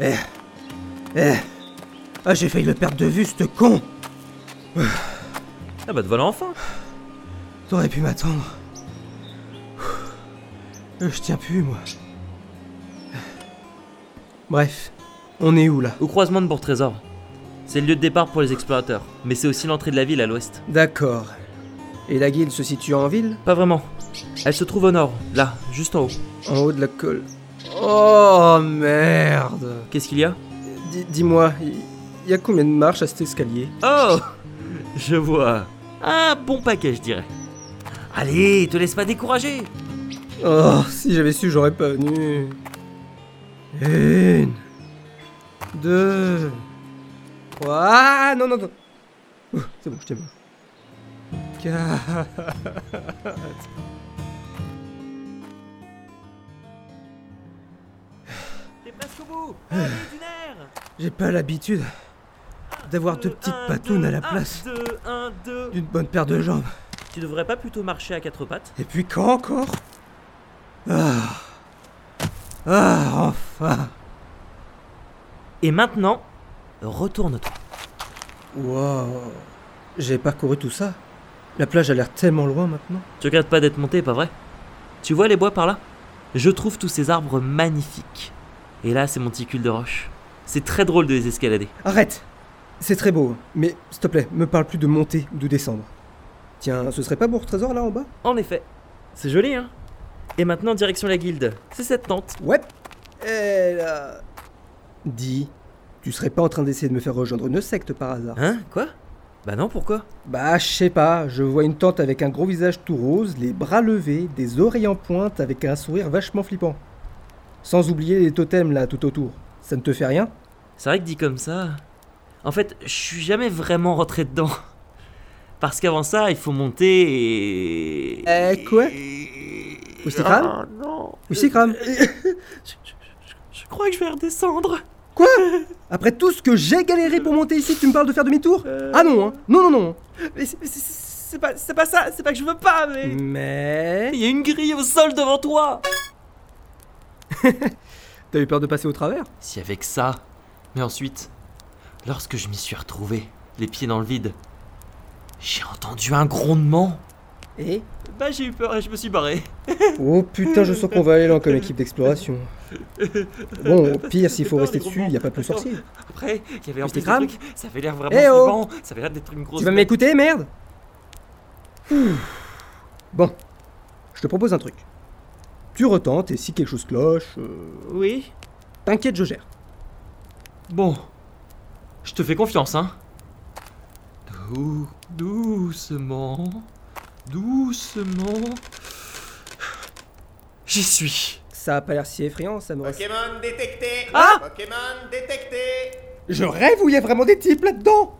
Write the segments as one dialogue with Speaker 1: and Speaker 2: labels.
Speaker 1: Eh. Eh. Ah, j'ai failli le perdre de vue, ce con
Speaker 2: Ah bah te voilà enfin
Speaker 1: T'aurais pu m'attendre. Euh, Je tiens plus, moi. Bref, on est où là
Speaker 2: Au croisement de Bourg-Trésor. C'est le lieu de départ pour les explorateurs, mais c'est aussi l'entrée de la ville à l'ouest.
Speaker 1: D'accord. Et la guilde se situe en ville
Speaker 2: Pas vraiment. Elle se trouve au nord, là, juste en haut.
Speaker 1: En haut de la colle. Oh merde
Speaker 2: Qu'est-ce qu'il y a
Speaker 1: Di- Dis-moi, il y a combien de marches à cet escalier
Speaker 2: Oh Je vois. Un bon paquet, je dirais. Allez, te laisse pas décourager
Speaker 1: Oh, si j'avais su, j'aurais pas venu. Une. Deux. Trois. Ah, non, non, non. Ouh, C'est bon, je t'ai bon. Quatre.
Speaker 2: T'es presque au bout Allez, d'une aire
Speaker 1: J'ai pas l'habitude d'avoir deux petites patounes à la place
Speaker 2: 1, 2, 1, 2.
Speaker 1: d'une bonne paire de jambes.
Speaker 2: Tu devrais pas plutôt marcher à quatre pattes
Speaker 1: Et puis quand encore Ah. Ah, enfin
Speaker 2: Et maintenant, retourne-toi.
Speaker 1: Wow. J'ai parcouru tout ça. La plage a l'air tellement loin maintenant.
Speaker 2: Tu regrettes pas d'être monté, pas vrai Tu vois les bois par là Je trouve tous ces arbres magnifiques. Et là, ces monticules de roche. C'est très drôle de les escalader.
Speaker 1: Arrête C'est très beau, mais s'il te plaît, me parle plus de monter ou de descendre. Tiens, ce serait pas pour trésor là en bas
Speaker 2: En effet, c'est joli, hein Et maintenant, direction la guilde. C'est cette tente.
Speaker 1: Ouais Et là... Dis, tu serais pas en train d'essayer de me faire rejoindre une secte par hasard
Speaker 2: Hein Quoi Bah non, pourquoi
Speaker 1: Bah, je sais pas, je vois une tante avec un gros visage tout rose, les bras levés, des oreilles en pointe avec un sourire vachement flippant. Sans oublier les totems là tout autour. Ça ne te fait rien
Speaker 2: C'est vrai que dit comme ça. En fait, je suis jamais vraiment rentré dedans. Parce qu'avant ça, il faut monter et.
Speaker 1: Euh, quoi Au Stikram
Speaker 2: Ah, non
Speaker 1: Ou si, crame
Speaker 2: euh, Je- je- je- je crois que je vais redescendre.
Speaker 1: Quoi Après tout ce que j'ai galéré pour monter ici, tu me parles de faire demi-tour
Speaker 2: Euh.
Speaker 1: Ah non, hein. non, non, non.
Speaker 2: Mais c'est- mais c'est- c'est pas, c'est pas ça, c'est pas que je veux pas, mais.
Speaker 1: Mais...
Speaker 2: Il y a une grille au sol devant toi
Speaker 1: T'as eu peur de passer au travers
Speaker 2: Si avec ça. Mais ensuite, lorsque je m'y suis retrouvé, les pieds dans le vide, j'ai entendu un grondement.
Speaker 1: Eh
Speaker 2: Bah j'ai eu peur et je me suis barré.
Speaker 1: Oh putain, je sens qu'on va aller loin comme équipe d'exploration. Bon, au pire, s'il faut rester dessus, y a pas plus sorcier.
Speaker 2: Après, il y avait
Speaker 1: Mais
Speaker 2: un
Speaker 1: c'était
Speaker 2: petit
Speaker 1: grave.
Speaker 2: truc, ça avait l'air vraiment
Speaker 1: Eh oh
Speaker 2: vivant, ça avait l'air d'être une grosse.
Speaker 1: Tu vas m'écouter, merde Ouh. Bon, je te propose un truc. Tu retentes et si quelque chose cloche, euh,
Speaker 2: Oui.
Speaker 1: t'inquiète, je gère.
Speaker 2: Bon, je te fais confiance, hein. Dou- doucement, doucement. J'y suis.
Speaker 1: Ça a pas l'air si effrayant, ça me reste.
Speaker 3: Pokémon détecté
Speaker 2: Ah
Speaker 3: Pokémon détecté
Speaker 1: Je rêve où il y a vraiment des types là-dedans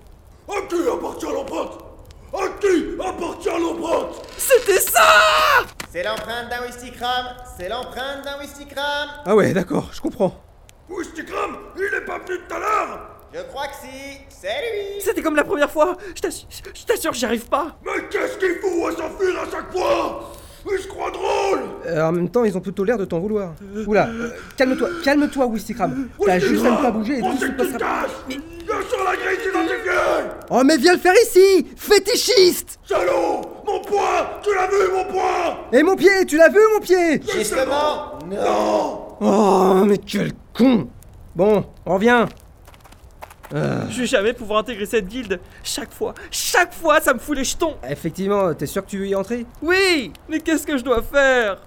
Speaker 4: À qui appartient l'empreinte À qui appartient l'empreinte
Speaker 2: C'était ça
Speaker 3: C'est l'empreinte d'un Wistikram C'est l'empreinte d'un Wistikram
Speaker 1: Ah ouais, d'accord, je comprends.
Speaker 4: Oustigram, il est pas venu tout à l'heure
Speaker 3: Je crois que si C'est lui
Speaker 2: C'était comme la première fois. Je t'assure- je t'assure, j'y arrive pas.
Speaker 4: Mais qu'est-ce qu'il faut à s'enfuir à chaque fois Il se croit drôle
Speaker 1: Euh, en même temps, ils ont plutôt l'air de t'en vouloir. Oula, euh, calme-toi, calme-toi, Wistikram. T'as juste à ne pas bouger et
Speaker 4: On
Speaker 1: tout se
Speaker 4: sait que tu te
Speaker 1: passera.
Speaker 4: caches Viens sur la grille d'identifier
Speaker 1: Oh, mais viens le faire ici Fétichiste
Speaker 4: Salaud Mon poing Tu l'as vu, mon poing
Speaker 1: Et mon pied, tu l'as vu, mon pied
Speaker 3: Justement
Speaker 4: Non
Speaker 1: Oh, mais quel con Bon, on revient
Speaker 2: Je vais jamais pouvoir intégrer cette guilde. Chaque fois, chaque fois, ça me fout les jetons.
Speaker 1: Effectivement, t'es sûr que tu veux y entrer
Speaker 2: Oui, mais qu'est-ce que je dois faire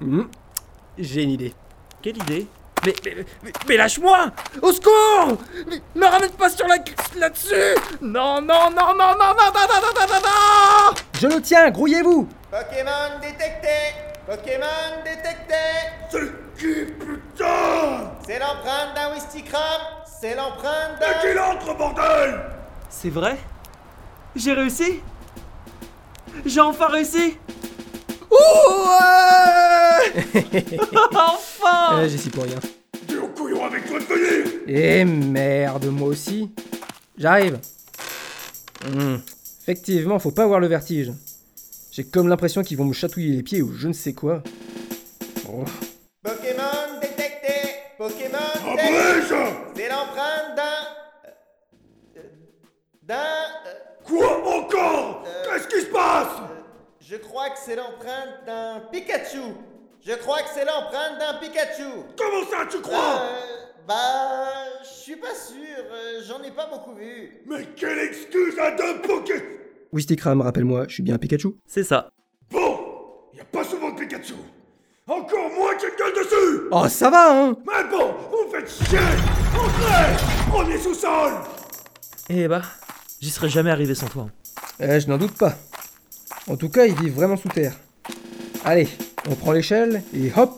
Speaker 1: Mhm. J'ai une idée.
Speaker 2: Quelle idée mais, mais, mais- mais lâche-moi Au secours Mais me ramène pas sur la là-dessus Non, non, non, non, non, non, non, non, non, non, non, non
Speaker 1: Je le tiens, grouillez-vous
Speaker 3: Pokémon détecté Pokémon détecté
Speaker 4: C'est qui, putain
Speaker 3: C'est l'empreinte d'un Wistikram C'est l'empreinte
Speaker 4: Et
Speaker 3: d'un...
Speaker 4: qu'il entre, bordel
Speaker 2: C'est vrai J'ai réussi J'ai enfin réussi Ouh Enfin
Speaker 1: Euh, J'y suis pour rien.
Speaker 4: Dis au couillon avec toi de venir
Speaker 1: Eh merde, moi aussi. J'arrive. Hmm. Effectivement, faut pas avoir le vertige. J'ai comme l'impression qu'ils vont me chatouiller les pieds ou je ne sais quoi. Oh.
Speaker 3: Pokémon détecté Pokémon
Speaker 4: Ah
Speaker 1: Eh.
Speaker 4: Abruche
Speaker 3: euh, D'un. euh,
Speaker 4: Quoi encore Qu'est-ce qui se passe
Speaker 3: je crois que c'est l'empreinte d'un Pikachu. Je crois que c'est l'empreinte d'un Pikachu.
Speaker 4: Comment ça, tu crois
Speaker 3: Euh, bah, je suis pas sûr. euh, J'en ai pas beaucoup vu.
Speaker 4: Mais quelle excuse à deux poké...
Speaker 5: Wistikram, rappelle-moi, je suis bien Pikachu.
Speaker 2: C'est ça.
Speaker 4: Bon, y a pas souvent de Pikachu. Encore moins qu'une gueule dessus
Speaker 5: Oh, ça va, hein
Speaker 4: Mais bon, vous faites chier Entrez On est sous-sol
Speaker 2: Eh bah, j'y serais jamais arrivé sans toi.
Speaker 5: Eh, je n'en doute pas. En tout cas, ils vivent vraiment sous terre. Allez, on prend l'échelle et hop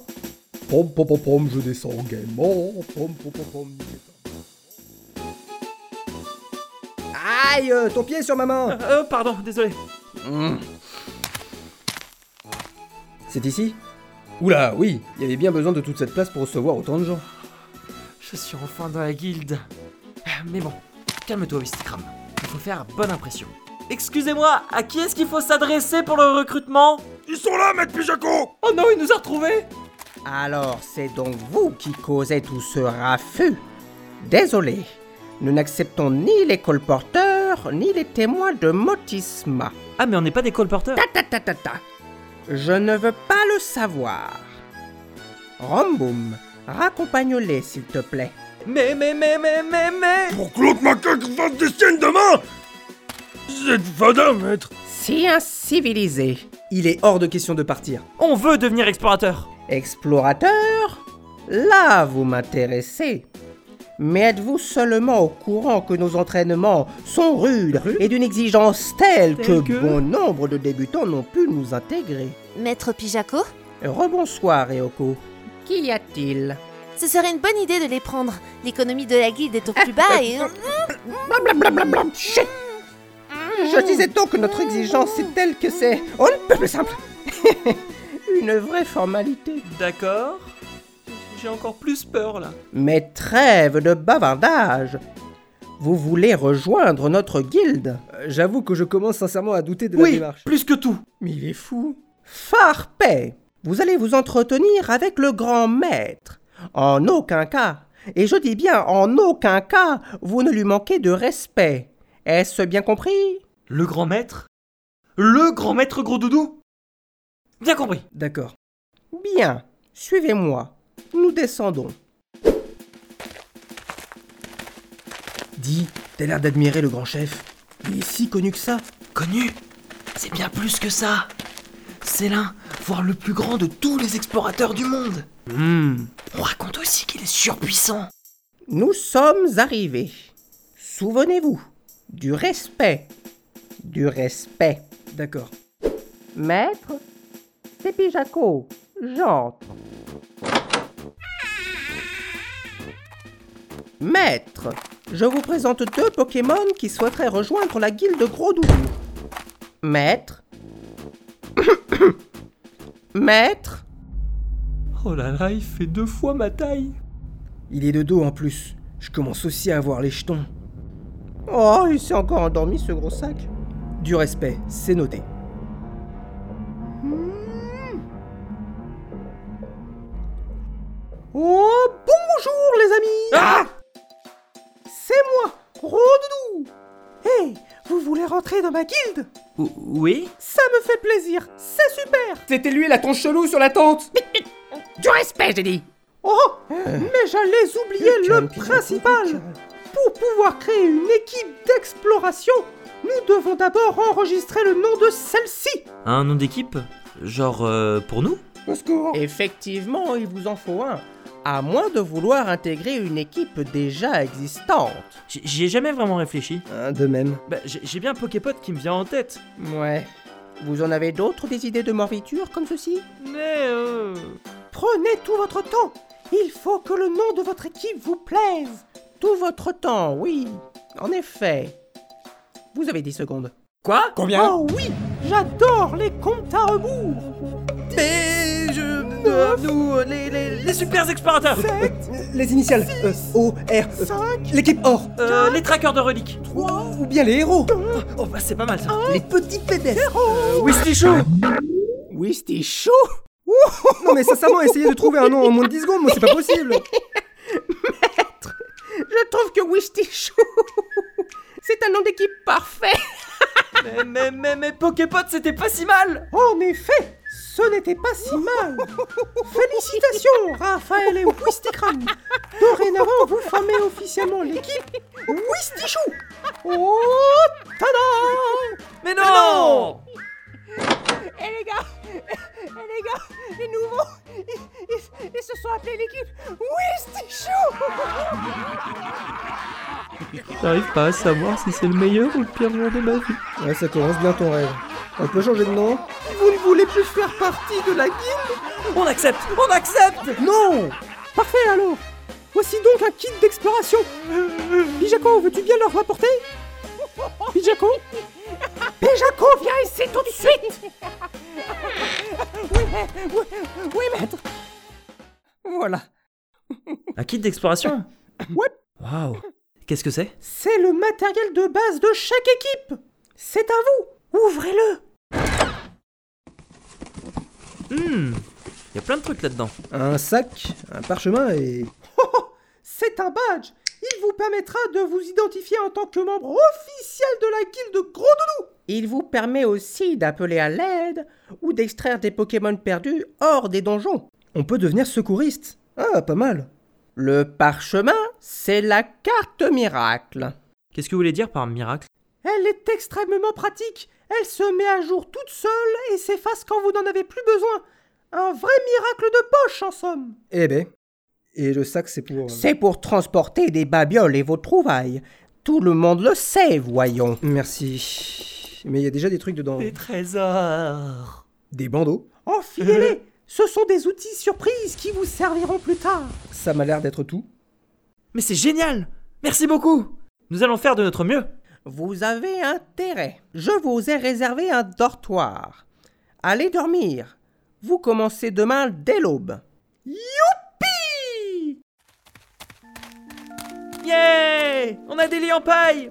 Speaker 5: Pom pom pom pom, je descends gaiement. Pom pom pom pom. Aïe, euh, ton pied est sur ma main
Speaker 2: Euh, pardon, désolé.
Speaker 5: C'est ici Oula, oui, il y avait bien besoin de toute cette place pour recevoir autant de gens.
Speaker 2: Je suis enfin dans la guilde. Euh, Mais bon, calme-toi, Wistikram. Il faut faire bonne impression. Excusez-moi, à qui est-ce qu'il faut s'adresser pour le recrutement
Speaker 4: Ils sont là, maître Pijaco
Speaker 2: Oh non, il nous a retrouvés
Speaker 1: Alors c'est donc vous qui causez tout ce raffut Désolé, nous n'acceptons ni les colporteurs, ni les témoins de motisma.
Speaker 2: Ah, mais on n'est pas des colporteurs
Speaker 1: Ta ta ta ta ta Je ne veux pas le savoir. Ramboum, raccompagne-les s'il te plaît.
Speaker 2: Mais, mais, mais, mais, mais, mais
Speaker 4: Pour que l'autre macaque fasse des signes demain C'est fada, maître
Speaker 1: Si incivilisé,
Speaker 5: Il est hors de question de partir.
Speaker 2: On veut devenir explorateur
Speaker 1: explorateur, là vous m'intéressez. Mais êtes-vous seulement au courant que nos entraînements sont rudes et d'une exigence telle que,
Speaker 2: Telle que-
Speaker 1: bon nombre de débutants n'ont pu nous intégrer
Speaker 6: Maître Pijaco
Speaker 1: Rebonsoir, Ryoko. Qu'y a-t-il
Speaker 6: Ce serait une bonne idée de les prendre. L'économie de la guilde est au plus bas et...
Speaker 1: Blablabla, shit Je disais donc que notre exigence est telle que c'est... On ne peut plus simple Une vraie formalité.
Speaker 2: D'accord. J'ai encore plus peur là.
Speaker 1: Mais trêve de bavardage Vous voulez rejoindre notre guilde
Speaker 5: Euh, J'avoue que je commence sincèrement à douter de la
Speaker 2: Oui,
Speaker 5: démarche.
Speaker 2: plus que tout.
Speaker 5: Mais il est fou.
Speaker 1: Farpet, vous allez vous entretenir avec le grand maître. En aucun cas, et je dis bien en aucun cas, vous ne lui manquez de respect. Est-ce bien compris
Speaker 2: Le grand maître Le grand maître gros doudou Bien compris.
Speaker 5: D'accord.
Speaker 1: Bien, suivez-moi. Nous descendons.
Speaker 5: Dis, t'as l'air d'admirer le grand chef. Il est si connu que ça.
Speaker 2: Connu C'est bien plus que ça. C'est l'un, voire le plus grand de tous les explorateurs du monde.
Speaker 5: Hmm.
Speaker 2: On raconte aussi qu'il est surpuissant.
Speaker 1: Nous sommes arrivés. Souvenez-vous du respect. Du respect.
Speaker 5: D'accord.
Speaker 1: Maître, c'est Pijaco. J'entre. Maître, je vous présente deux Pokémon qui souhaiteraient rejoindre la guilde Gros Doudou. Maître. Maître.
Speaker 2: Oh là là, il fait deux fois ma taille.
Speaker 5: Il est de dos en plus. Je commence aussi à avoir les jetons.
Speaker 1: Oh, il s'est encore endormi ce gros sac.
Speaker 5: Du respect, c'est noté.
Speaker 1: Hmm. Oh, bonjour les amis
Speaker 5: Ah
Speaker 2: Ah
Speaker 1: C'est moi, Gros Doudou Hé, vous voulez rentrer dans ma guilde
Speaker 2: Oui
Speaker 1: Ça me fait plaisir, c'est super
Speaker 5: C'était lui la tronche chelou sur la tente
Speaker 1: Du respect, j'ai dit Oh Mais j'allais oublier le principal Pour pouvoir créer une équipe d'exploration, nous devons d'abord enregistrer le nom de celle-ci
Speaker 2: Un nom d'équipe Genre euh, pour nous
Speaker 5: Au secours
Speaker 1: Oh. Effectivement, il vous en faut un, à moins de vouloir intégrer une équipe déjà existante.
Speaker 2: J- J'y ai jamais vraiment réfléchi.
Speaker 5: Hein, De même.
Speaker 2: Bah, j'ai j'ai bien Poképot qui me vient en tête.
Speaker 1: Ouais. Vous en avez d'autres des idées de morviture comme ceci
Speaker 2: Mais euh...
Speaker 1: Prenez tout votre temps Il faut que le nom de votre équipe vous plaise Tout votre temps, oui. En effet. Vous avez 10 secondes.
Speaker 2: Quoi
Speaker 5: Combien
Speaker 1: Oh oui J'adore les comptes à rebours
Speaker 2: Mais je... euh, nous, euh, les, les, les super explorateurs
Speaker 5: Les initiales euh, O, R, euh, l'équipe or,
Speaker 2: Euh, Les traqueurs de reliques
Speaker 5: ou bien les héros,
Speaker 2: Oh bah c'est pas mal ça
Speaker 5: les petits pédestres.
Speaker 2: Ah Wistichou
Speaker 1: Oui, c'était chaud
Speaker 5: Non mais sincèrement, essayez de trouver un nom en moins de 10 secondes, moi c'est pas possible.
Speaker 1: Je trouve que Wish Tichou, c'est un nom d'équipe parfait
Speaker 2: Mais, mais, mais, mais Poképot, c'était pas si mal
Speaker 1: En effet, ce n'était pas si mal Félicitations, Raphaël et Wistikram Dorénavant, vous formez officiellement l'équipe Wistichou Oh, tada
Speaker 2: Mais non
Speaker 1: Eh les gars Eh les gars Les nouveaux Ils, se sont appelés l'équipe Wistichou
Speaker 2: J'arrive pas à savoir si c'est le meilleur ou le pire jour de ma vie.
Speaker 7: Ouais, ça commence bien ton rêve. On peut changer de nom
Speaker 1: Vous ne voulez plus faire partie de la guilde
Speaker 2: On accepte On accepte
Speaker 1: Non Parfait alors Voici donc un kit d'exploration Pijako, veux-tu bien leur rapporter Pijako Pijako, viens ici tout de suite oui, oui, maître Voilà,
Speaker 2: Un kit d'exploration
Speaker 1: Ouais.
Speaker 2: Waouh Qu'est-ce que c'est
Speaker 1: c'est le matériel de base de chaque équipe C'est à vous Ouvrez-le
Speaker 2: Hmm Il y a plein de trucs là-dedans.
Speaker 7: Un sac, un parchemin et.
Speaker 1: Oh, C'est un badge Il vous permettra de vous identifier en tant que membre officiel de la guilde Gros Doudou Il vous permet aussi d'appeler à l'aide ou d'extraire des Pokémon perdus hors des donjons.
Speaker 7: On peut devenir secouriste. Ah, pas mal.
Speaker 1: Le parchemin, c'est la carte miracle.
Speaker 2: Qu'est-ce que vous voulez dire par miracle
Speaker 1: Elle est extrêmement pratique. Elle se met à jour toute seule et s'efface quand vous n'en avez plus besoin. Un vrai miracle de poche, en somme.
Speaker 7: Eh ben. Et le sac, c'est pour. euh,
Speaker 1: C'est pour transporter des babioles et vos trouvailles. Tout le monde le sait, voyons.
Speaker 7: Merci. Mais il y a déjà des trucs dedans.
Speaker 2: trésors
Speaker 7: Des bandeaux.
Speaker 1: Enfilez-les Ce sont des outils surprises qui vous serviront plus tard.
Speaker 7: Ça m'a l'air d'être tout.
Speaker 2: Mais c'est génial Merci beaucoup Nous allons faire de notre mieux
Speaker 1: Vous avez intérêt. Je vous ai réservé un dortoir. Allez dormir. Vous commencez demain dès l'aube. Youpi
Speaker 2: Yeah On a des lits en paille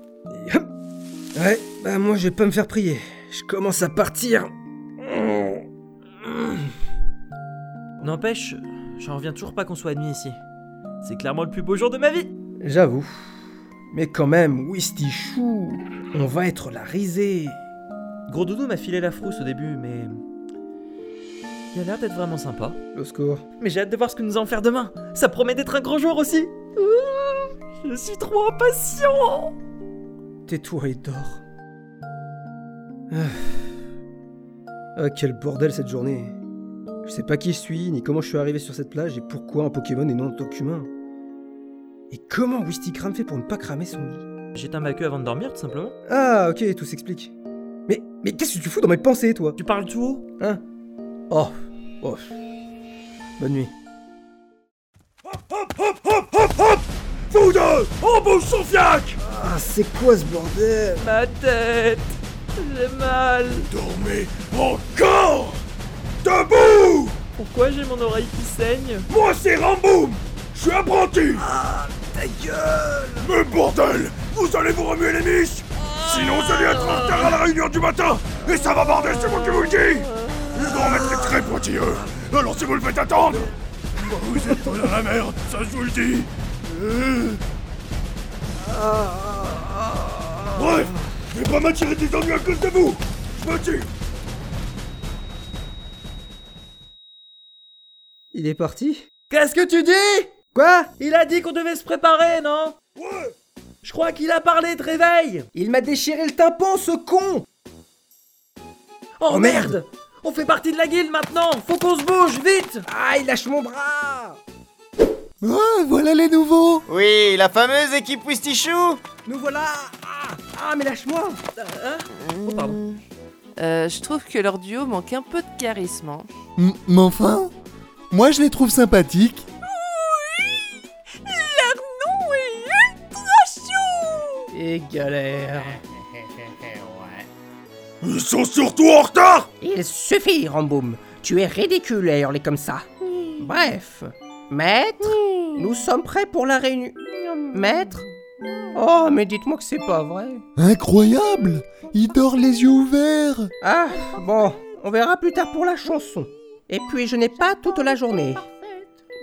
Speaker 7: Ouais, bah moi je vais pas me faire prier. Je commence à partir.
Speaker 2: N'empêche, j'en reviens toujours pas qu'on soit admis ici. C'est clairement le plus beau jour de ma vie
Speaker 7: J'avoue. Mais quand même, Wistichou, on va être la risée.
Speaker 2: Gros Doudou m'a filé la frousse au début, mais... Il a l'air d'être vraiment sympa.
Speaker 7: Au secours.
Speaker 2: Mais j'ai hâte de voir ce que nous allons faire demain. Ça promet d'être un grand jour aussi. Ouh, Je suis trop impatient.
Speaker 7: Tais-toi et dors. Ah. Ah, quel bordel cette journée. Je sais pas qui je suis, ni comment je suis arrivé sur cette plage, et pourquoi un Pokémon et non en tant qu'humain. Et comment Wistikram fait pour ne pas cramer son lit
Speaker 2: J'éteins ma queue avant de dormir, tout simplement.
Speaker 7: Ah, ok, tout s'explique. Mais, mais qu'est-ce que tu fous dans mes pensées, toi
Speaker 2: Tu parles tout haut
Speaker 7: Hein Oh, oh. Bonne nuit.
Speaker 4: Hop, hop, hop, hop, hop Vous deux En bouche son fiac
Speaker 7: Ah, c'est quoi ce bordel
Speaker 2: Ma tête J'ai mal
Speaker 4: Dormez encore Debout
Speaker 2: Pourquoi j'ai mon oreille qui saigne
Speaker 4: Moi c'est Ramboum Je suis apprenti
Speaker 2: Ah, Ta gueule
Speaker 4: Mais bordel Vous allez vous remuer les miches
Speaker 2: Ah.
Speaker 4: Sinon vous allez être en retard à la réunion du matin Et ça va bander, c'est moi qui vous le dis Ils vont mettre les très pointilleux Alors si vous le faites attendre Vous êtes dans la merde, ça je vous le dis Euh. Bref, je vais pas m'attirer des ennuis à cause de vous Je me tire
Speaker 7: Il est parti
Speaker 2: Qu'est-ce que tu dis
Speaker 7: Quoi
Speaker 2: Il a dit qu'on devait se préparer, non
Speaker 4: Ouais
Speaker 2: Je crois qu'il a parlé de réveil
Speaker 7: Il m'a déchiré le tympan, ce con
Speaker 2: Oh,
Speaker 7: Oh, merde.
Speaker 2: merde On fait partie de la guilde maintenant Faut qu'on se bouge, vite
Speaker 7: Aïe, lâche mon bras
Speaker 3: Oui, la fameuse équipe Wistichou
Speaker 7: Nous voilà Ah, ah, mais lâche-moi
Speaker 2: Hein Oh, pardon.
Speaker 8: Euh, je trouve que leur duo manque un peu de charisme. hein.
Speaker 9: M- Mais enfin, moi je les trouve sympathiques.
Speaker 1: Et galère.
Speaker 4: Ils sont surtout en retard
Speaker 1: Il suffit, Ramboum. Tu es ridicule à hurler comme ça. Bref, maître, nous sommes prêts pour la réunion. Maître Oh, mais dites-moi que c'est pas vrai.
Speaker 9: Incroyable Il dort les yeux ouverts
Speaker 1: Ah, bon, on verra plus tard pour la chanson. Et puis, je n'ai pas toute la journée.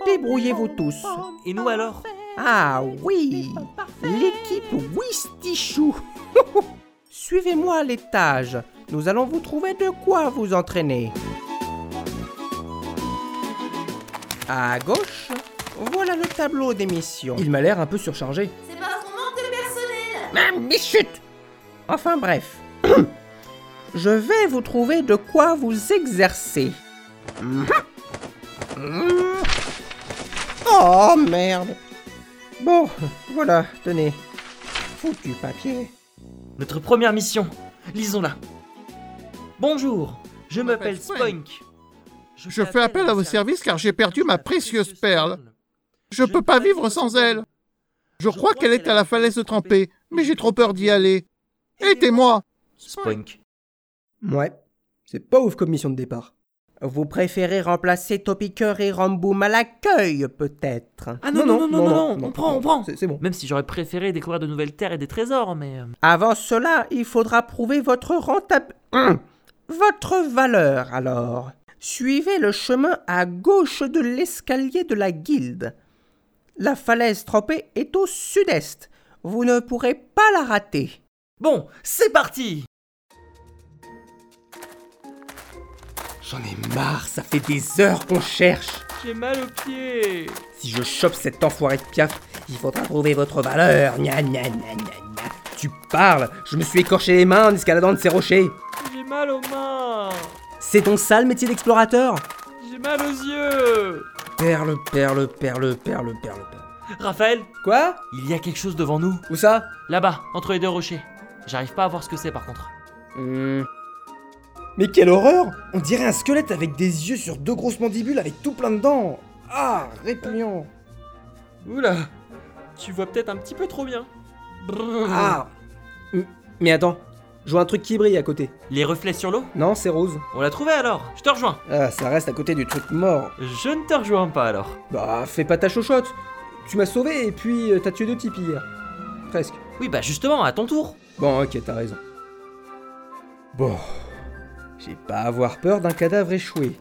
Speaker 1: Débrouillez-vous tous.
Speaker 2: Et nous alors
Speaker 1: Ah oui, l'équipe Wistichou.
Speaker 10: Suivez-moi à l'étage. Nous allons vous trouver de quoi vous entraîner. À gauche, voilà le tableau des missions.
Speaker 1: Il m'a l'air un peu surchargé.
Speaker 6: C'est parce qu'on manque de personnel
Speaker 10: Ah, mais chut Enfin bref. Je vais vous trouver de quoi vous exercer. Mhm. Mhm. Oh merde Bon, voilà, tenez. Foutu papier.
Speaker 2: Notre première mission, lisons-la. Bonjour, je m'appelle Spunk.
Speaker 11: Je fais appel à vos services car j'ai perdu ma précieuse perle. Je peux pas vivre sans elle. Je crois qu'elle est à la falaise trempée, mais j'ai trop peur d'y aller. Aidez-moi
Speaker 2: Spunk.
Speaker 1: Ouais. C'est pas ouf comme mission de départ.
Speaker 10: Vous préférez remplacer Topiqueur et Ramboum à l'accueil, peut-être
Speaker 2: Ah non, non, non, non, non, on prend, on prend.
Speaker 1: C'est c'est bon.
Speaker 2: Même si j'aurais préféré découvrir de nouvelles terres et des trésors, mais... euh,
Speaker 10: Avant cela, il faudra prouver votre rentable... votre valeur, alors. Suivez le chemin à gauche de l'escalier de la guilde. La falaise trempée est au sud-est. Vous ne pourrez pas la rater.
Speaker 2: Bon, c'est parti
Speaker 10: J'en ai marre, ça fait des heures qu'on cherche.
Speaker 2: J'ai mal aux pieds
Speaker 10: Si je chope cet enfoiré de piaf, il faudra trouver votre valeur. Gna gna gna gna gna. Tu parles, je me suis écorché les mains en escaladant de ces rochers.
Speaker 2: J'ai mal aux mains
Speaker 10: C'est ton sale métier d'explorateur
Speaker 2: J'ai mal aux yeux
Speaker 1: Perle, perle, perle, perle, perle, perle.
Speaker 2: Raphaël,
Speaker 1: Quoi
Speaker 2: il y a quelque chose devant nous.
Speaker 1: Où ça
Speaker 2: Là-bas, entre les deux rochers. J'arrive pas à voir ce que c'est par contre.
Speaker 1: Hmm. Mais quelle horreur On dirait un squelette avec des yeux sur deux grosses mandibules avec tout plein de dents. Ah, répugnant.
Speaker 2: Oula Tu vois peut-être un petit peu trop bien. Brrr.
Speaker 1: Ah M- Mais attends, je vois un truc qui brille à côté.
Speaker 2: Les reflets sur l'eau
Speaker 1: Non, c'est rose.
Speaker 2: On l'a trouvé alors Je te rejoins
Speaker 1: Ah, ça reste à côté du truc mort.
Speaker 2: Je ne te rejoins pas alors.
Speaker 1: Bah, fais pas ta chochotte. Tu m'as sauvé et puis euh, t'as tué deux types hier. Presque.
Speaker 2: Oui, bah justement, à ton tour
Speaker 1: Bon, ok, t'as raison. Bon, j'ai pas à avoir peur d'un cadavre échoué.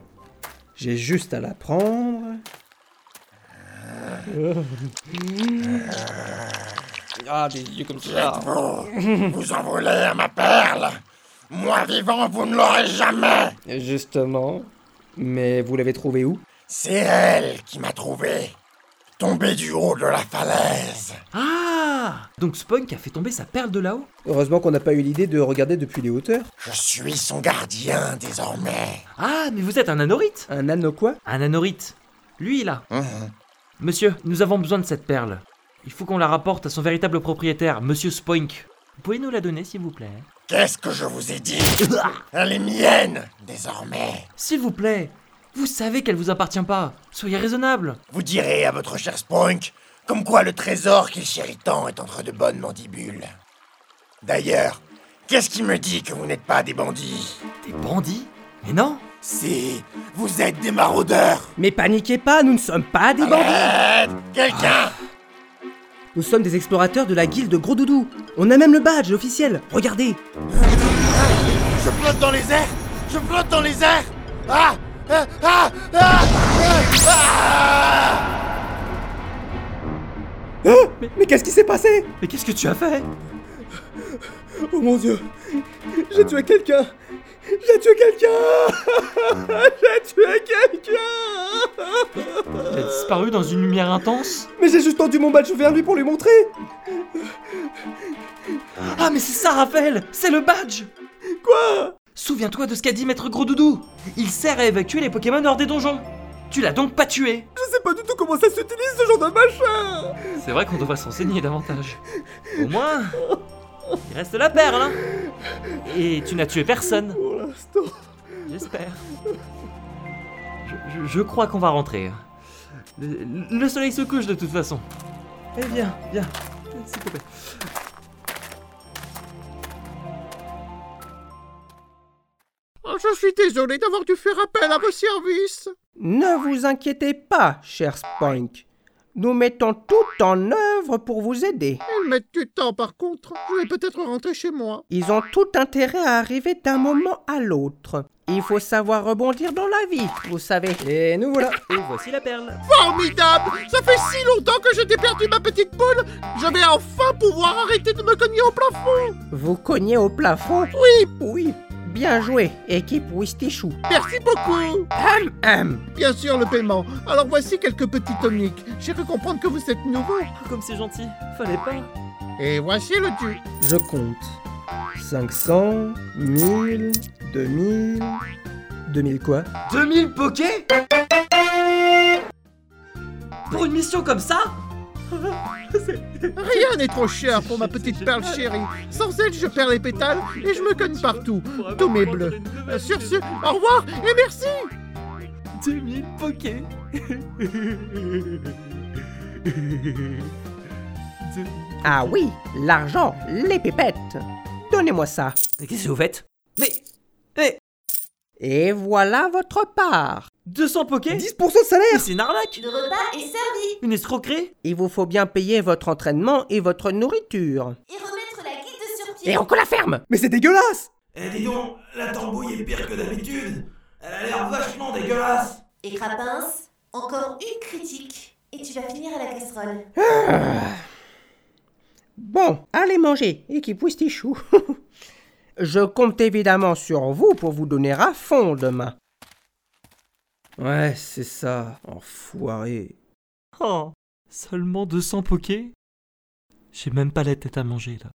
Speaker 1: J'ai juste à la prendre. Ah, des yeux comme ça.
Speaker 4: Vous envolez à ma perle Moi vivant, vous ne l'aurez jamais
Speaker 1: Justement. Mais vous l'avez trouvé où
Speaker 4: C'est elle qui m'a trouvé, tombé du haut de la falaise.
Speaker 2: Ah Donc Spunk a fait tomber sa perle de là-haut
Speaker 1: Heureusement qu'on n'a pas eu l'idée de regarder depuis les hauteurs.
Speaker 4: Je suis son gardien désormais.
Speaker 2: Ah, mais vous êtes un anorite
Speaker 1: Un anneau quoi
Speaker 2: Un anorite Lui, là Monsieur, nous avons besoin de cette perle. Il faut qu'on la rapporte à son véritable propriétaire, Monsieur Spunk. Vous pouvez nous la donner, s'il vous plaît
Speaker 4: Qu'est-ce que je vous ai dit Elle est mienne désormais.
Speaker 2: S'il vous plaît Vous savez qu'elle vous appartient pas Soyez raisonnable
Speaker 4: Vous direz à votre cher Spunk comme quoi le trésor qu'il chérit tant est entre de bonnes mandibules. D'ailleurs, qu'est-ce qui me dit que vous n'êtes pas des bandits
Speaker 2: Des bandits Mais non
Speaker 4: Si, vous êtes des maraudeurs.
Speaker 10: Mais paniquez pas, nous ne sommes pas des bandits
Speaker 4: Aide quelqu'un
Speaker 10: Nous sommes des explorateurs de la guilde Gros Doudou. On a même le badge officiel, regardez
Speaker 4: Je flotte dans les airs Je flotte dans les airs Ah Ah Ah Ah, Ah
Speaker 1: Hein Mais, mais qu'est-ce qui s'est passé
Speaker 2: Mais qu'est-ce que tu as fait
Speaker 1: Oh mon dieu J'ai tué quelqu'un J'ai tué quelqu'un J'ai tué quelqu'un
Speaker 2: Elle a disparu dans une lumière intense
Speaker 1: Mais j'ai juste tendu mon badge vers lui pour lui montrer
Speaker 2: Ah, mais c'est ça, Raphaël C'est le badge
Speaker 1: Quoi
Speaker 2: Souviens-toi de ce qu'a dit Maître Gros Doudou Il sert à évacuer les Pokémon hors des donjons Tu l'as donc pas tué
Speaker 1: Je sais pas du tout comment ça s'utilise ce genre de machin
Speaker 2: C'est vrai qu'on devrait s'enseigner davantage. Au moins, il reste la perle, hein Et tu n'as tué personne
Speaker 4: Oh,
Speaker 1: Pour l'instant...
Speaker 2: J'espère. Je, je- je crois qu'on va rentrer. Le, le soleil se couche de toute façon. Eh bien, viens, s'il te plaît.
Speaker 11: Oh, Je suis désolé d'avoir dû faire appel à vos services.
Speaker 10: Ne vous inquiétez pas, cher Spunk. Nous mettons tout en œuvre pour vous aider.
Speaker 11: Ils mettent du temps par contre. Je vais peut-être rentrer chez moi.
Speaker 10: Ils ont tout intérêt à arriver d'un moment à l'autre. Il faut savoir rebondir dans la vie, vous savez.
Speaker 1: Et nous voilà.
Speaker 2: Et voici la perle.
Speaker 4: Formidable Ça fait si longtemps que j'étais perdu ma petite boule Je vais enfin pouvoir arrêter de me cogner au plafond
Speaker 10: Vous cognez au plafond Oui, oui. Bien joué, équipe Wistichou.
Speaker 4: Merci beaucoup
Speaker 10: Hum, hum.
Speaker 4: Bien sûr, le paiement. Alors voici quelques petits toniques. J'ai cru comprendre que vous êtes nouveau.
Speaker 2: Comme c'est gentil. Fallait pas.
Speaker 4: Et voici le tu.
Speaker 1: Je compte. 500, 1000, 2000. 2000 quoi
Speaker 2: 2000 pokés Pour une mission comme ça
Speaker 4: Rien n'est trop cher pour ma petite perle chérie. Sans elle, je perds les pétales et je me cogne partout. Tous mes bleus. Euh, Sur ce, au revoir et merci
Speaker 2: 2000 pokés 2000.
Speaker 10: Ah oui, l'argent, les pépettes. Donnez-moi ça.
Speaker 2: Mais Qu'est-ce que vous faites Mais. Mais
Speaker 10: Et voilà votre part.
Speaker 2: 200 pokés
Speaker 1: 10% de
Speaker 2: Mais
Speaker 1: salaire
Speaker 2: C'est une arnaque
Speaker 6: Le repas est servi
Speaker 2: Une escroquerie
Speaker 10: Il vous faut bien payer votre entraînement et votre nourriture.
Speaker 6: et remettre la guide sur pied.
Speaker 10: Et on colle la ferme
Speaker 1: Mais c'est dégueulasse
Speaker 12: Eh dis donc, la tambouille est pire que d'habitude. Elle a l'air vachement dégueulasse.
Speaker 6: Et Crapince, encore une critique et tu vas finir à la casserole.
Speaker 10: Bon, allez manger, équipe Wistichou. Je compte évidemment sur vous pour vous donner à fond demain.
Speaker 1: Ouais, c'est ça, enfoiré.
Speaker 2: Oh Seulement 200 pokés J'ai même pas la tête à manger là.